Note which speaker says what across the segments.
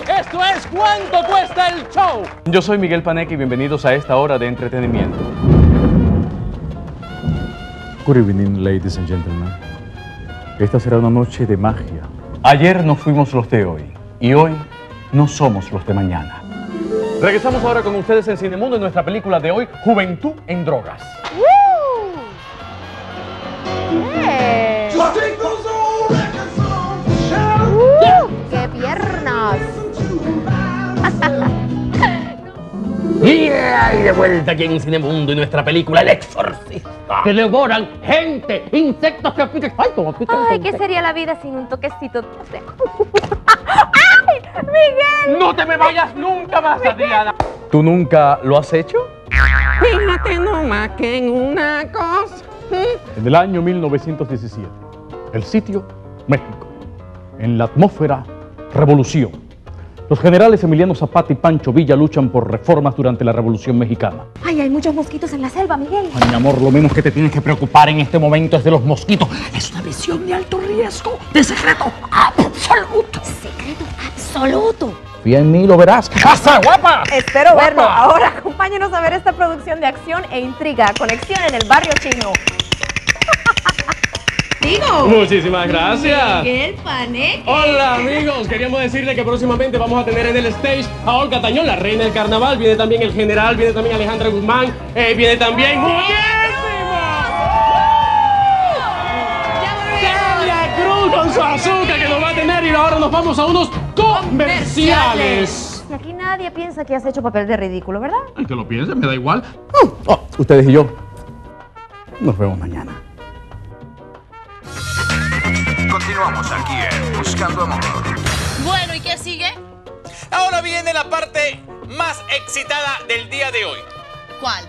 Speaker 1: es cuánto cuesta el show.
Speaker 2: Yo soy Miguel Panek y bienvenidos a esta hora de entretenimiento.
Speaker 3: Good evening, ladies and gentlemen. Esta será una noche de magia.
Speaker 2: Ayer no fuimos los de hoy y hoy no somos los de mañana. Regresamos ahora con ustedes en Cinemundo en nuestra película de hoy, Juventud en Drogas.
Speaker 4: ¡Eh! ¡Qué piernas!
Speaker 1: Y de vuelta aquí en Cinemundo y nuestra película El Exorcista. Que devoran gente, insectos que pican. Ay, como pican.
Speaker 4: Ay, ¿qué sería la vida sin un toquecito? de- ¡Ay! ¡Miguel!
Speaker 2: No te me vayas nunca más, Adriana. ¿Tú nunca lo has hecho?
Speaker 5: Fíjate nomás que en una cosa.
Speaker 3: En el año 1917, el sitio México. En la atmósfera, revolución. Los generales Emiliano Zapata y Pancho Villa luchan por reformas durante la Revolución Mexicana.
Speaker 4: ¡Ay, hay muchos mosquitos en la selva, Miguel!
Speaker 3: Ay, mi amor, lo menos que te tienes que preocupar en este momento es de los mosquitos.
Speaker 1: Es una visión de alto riesgo, de secreto absoluto.
Speaker 4: ¡Secreto absoluto!
Speaker 3: Fía en mí, lo verás. ¡Casa, guapa!
Speaker 4: Espero verlo. Ahora acompáñenos a ver esta producción de acción e intriga. Conexión en el barrio chino.
Speaker 5: Digo,
Speaker 6: Muchísimas gracias.
Speaker 5: Miguel Panek.
Speaker 6: Hola amigos, queríamos decirle que próximamente vamos a tener en el stage a Olga Tañón, la reina del carnaval, viene también el general, viene también Alejandra Guzmán, eh, viene también... Celia Cruz con su azúcar que nos va a tener y ahora nos vamos a unos comerciales.
Speaker 4: Y aquí nadie piensa que has hecho papel de ridículo, ¿verdad?
Speaker 6: Ay, te lo pienses, me da igual.
Speaker 3: oh, ustedes y yo nos vemos mañana.
Speaker 7: Continuamos aquí en Buscando Amor.
Speaker 8: Bueno, ¿y qué sigue?
Speaker 9: Ahora viene la parte más excitada del día de hoy.
Speaker 8: ¿Cuál?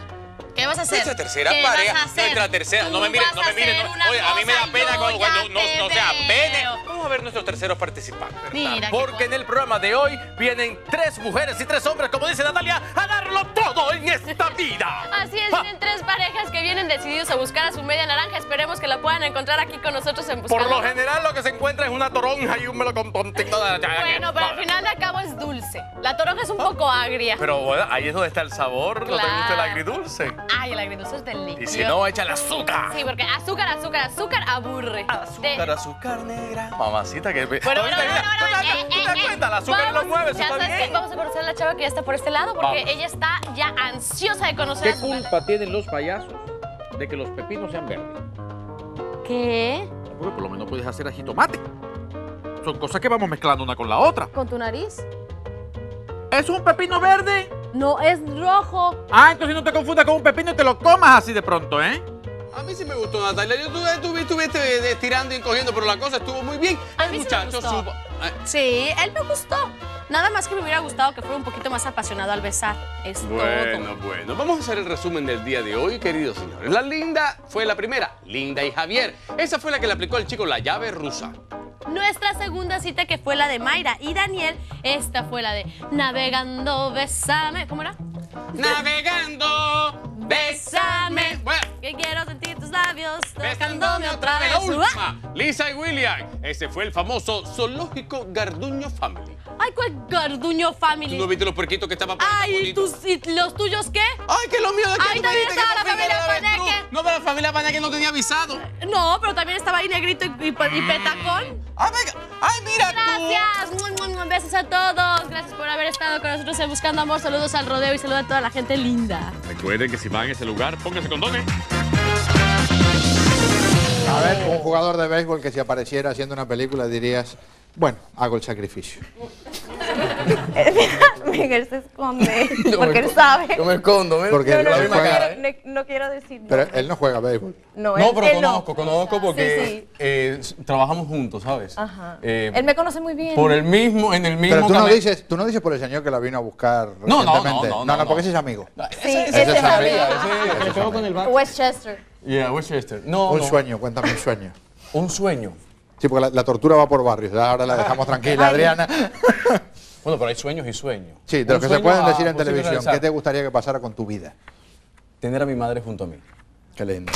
Speaker 8: ¿Qué vas a hacer?
Speaker 9: Nuestra tercera
Speaker 8: ¿Qué
Speaker 9: pareja,
Speaker 8: Vas a hacer?
Speaker 9: nuestra tercera,
Speaker 8: Tú
Speaker 9: no me mires,
Speaker 8: vas
Speaker 9: no
Speaker 8: a
Speaker 9: me mires,
Speaker 8: hacer
Speaker 9: no-
Speaker 8: una
Speaker 9: oye, a mí me da
Speaker 8: cosa,
Speaker 9: pena
Speaker 8: yo
Speaker 9: cuando,
Speaker 8: ya
Speaker 9: cuando no,
Speaker 8: te
Speaker 9: no sea pena.
Speaker 8: veo.
Speaker 9: Vamos a ver nuestros terceros participantes. ¿verdad?
Speaker 8: Mira qué
Speaker 9: Porque en el programa de hoy vienen tres mujeres y tres hombres, como dice Natalia, a darlo todo en esta vida.
Speaker 8: Así es,
Speaker 9: Ah,
Speaker 8: tienen tres parejas que vienen decididos a buscar a su media naranja. Esperemos que la puedan encontrar aquí con nosotros en
Speaker 9: Por
Speaker 8: Buscando.
Speaker 9: lo general lo que se encuentra es una toronja y un melocontito.
Speaker 8: Bueno, pero al final de cabo es dulce. La toronja es un
Speaker 9: Ah.
Speaker 8: poco agria.
Speaker 9: Pero bueno, ahí es donde está el sabor, no te gusta el
Speaker 8: Claro.
Speaker 9: agridulce.
Speaker 8: Ay, el agridulce es delicioso.
Speaker 9: Y si no, echa el azúcar.
Speaker 8: Sí, porque azúcar, azúcar, azúcar aburre.
Speaker 9: Azúcar,
Speaker 8: De-
Speaker 9: azúcar negra. Mamacita, que.
Speaker 8: Bueno,
Speaker 9: ¿Dónde
Speaker 8: bueno,
Speaker 9: está?
Speaker 8: bueno, bueno,
Speaker 9: Mira,
Speaker 8: bueno,
Speaker 9: ¿tú te
Speaker 8: eh,
Speaker 9: das
Speaker 8: eh,
Speaker 9: cuenta? El
Speaker 8: eh,
Speaker 9: azúcar
Speaker 8: vamos,
Speaker 9: lo mueve, eso
Speaker 8: ya
Speaker 9: está
Speaker 8: sabes
Speaker 9: bien.
Speaker 8: que vamos a conocer a la chava que ya está por este lado porque
Speaker 9: Vamos.
Speaker 8: ella está ya ansiosa de conocer a su madre.
Speaker 6: tienen los payasos de que los pepinos sean verdes?
Speaker 8: ¿Qué?
Speaker 9: Porque por lo menos puedes hacer a jitomate. Son cosas que vamos mezclando una con la otra.
Speaker 8: ¿Con tu nariz?
Speaker 9: ¿Es un pepino verde?
Speaker 8: No, es rojo.
Speaker 9: Ah, entonces no te confundas con un pepino y te lo comas así de pronto, ¿eh?
Speaker 10: A mí sí me gustó, Natalia. Yo estuve, estuve- estuviste eh, estirando y cogiendo, pero la cosa estuvo muy bien.
Speaker 8: A
Speaker 10: El
Speaker 8: mí sí me
Speaker 10: muchacho
Speaker 8: gustó.
Speaker 10: supo. Ah, Ay,
Speaker 8: Sí, él me gustó. Nada más que me hubiera gustado que fuera un poquito más apasionado al besar. Es
Speaker 10: Bueno,
Speaker 8: todo.
Speaker 10: bueno, vamos a hacer el resumen del día de hoy, queridos señores. La linda fue la primera, Linda y Javier. Esa fue la que le aplicó al chico la llave rusa.
Speaker 8: Nuestra segunda cita que fue la de Mayra y Daniel, esta fue la de Navegando, besame. ¿Cómo era?
Speaker 10: Navegando,
Speaker 8: Besame.
Speaker 10: besame. Bueno,
Speaker 8: Que quiero sentir tus labios
Speaker 10: besándome
Speaker 8: tocándome otra vez.
Speaker 10: La
Speaker 8: ¡Ah!
Speaker 10: última, Lisa y William. Ese fue el famoso zoológico Garduño Family.
Speaker 8: Ay, cuál garduño
Speaker 10: ¿Tú
Speaker 8: family.
Speaker 10: no viste los puerquitos que estaban
Speaker 8: Ay, ¿y
Speaker 10: bonitos?
Speaker 8: tus, y los tuyos qué?
Speaker 10: Ay, que lo mío de aquí.
Speaker 8: Ahí también estaba la familia Paneque.
Speaker 10: No, pero la familia Paneque no tenía visado.
Speaker 8: No, pero también estaba ahí negrito y, y- y petacón.
Speaker 10: Ay, venga. Ay, mira
Speaker 8: Gracias, Mua, mua, mua. besos a todos. Gracias por haber estado con nosotros en Buscando Amor. Saludos al rodeo y saludos a toda la gente linda.
Speaker 9: Recuerden que si van a ese lugar, pónganse condones.
Speaker 11: A ver, un jugador de béisbol que si apareciera haciendo una película dirías, bueno, hago el sacrificio.
Speaker 4: Miguel se esconde porque él sabe.
Speaker 10: Yo me escondo, ¿ven?
Speaker 11: Porque
Speaker 4: No, no,
Speaker 11: él
Speaker 4: no,
Speaker 11: juega-
Speaker 10: ¿eh?
Speaker 4: quiero, no- no quiero decir
Speaker 11: Pero
Speaker 4: nada.
Speaker 11: él no juega béisbol.
Speaker 4: No, él-
Speaker 10: No, pero
Speaker 4: él no.
Speaker 10: conozco, conozco porque
Speaker 4: Sí, sí.
Speaker 10: eh, s- trabajamos juntos, ¿sabes?
Speaker 4: Ajá.
Speaker 10: Eh,
Speaker 4: él me conoce muy bien.
Speaker 10: Por el mismo, en el mismo.
Speaker 11: Pero tú no
Speaker 10: cami-
Speaker 11: dices, tú no dices por el señor que la vino a buscar
Speaker 10: No, no, no,
Speaker 11: recientemente.
Speaker 10: no, no,
Speaker 11: no,
Speaker 10: no.
Speaker 11: porque ese es amigo.
Speaker 4: Sí,
Speaker 10: Ese-
Speaker 4: ese
Speaker 10: ese
Speaker 4: es amigo.
Speaker 10: ese-
Speaker 11: Ese es amigo.
Speaker 4: Westchester.
Speaker 10: Yeah, Westchester. No,
Speaker 11: Un
Speaker 10: no,
Speaker 11: sueño, cuéntame un sueño.
Speaker 10: Un sueño.
Speaker 11: Sí, porque la, la tortura va por barrios. ya Ahora la dejamos tranquila, Adriana.
Speaker 10: Bueno, pero hay sueños y sueños.
Speaker 11: Sí, de lo
Speaker 10: Un
Speaker 11: que se
Speaker 10: sueño
Speaker 11: pueden
Speaker 10: a
Speaker 11: decir en
Speaker 10: posible
Speaker 11: televisión.
Speaker 10: realizar.
Speaker 11: ¿Qué te gustaría que pasara con tu vida?
Speaker 10: Tener a mi madre junto a mí.
Speaker 11: Qué lindo.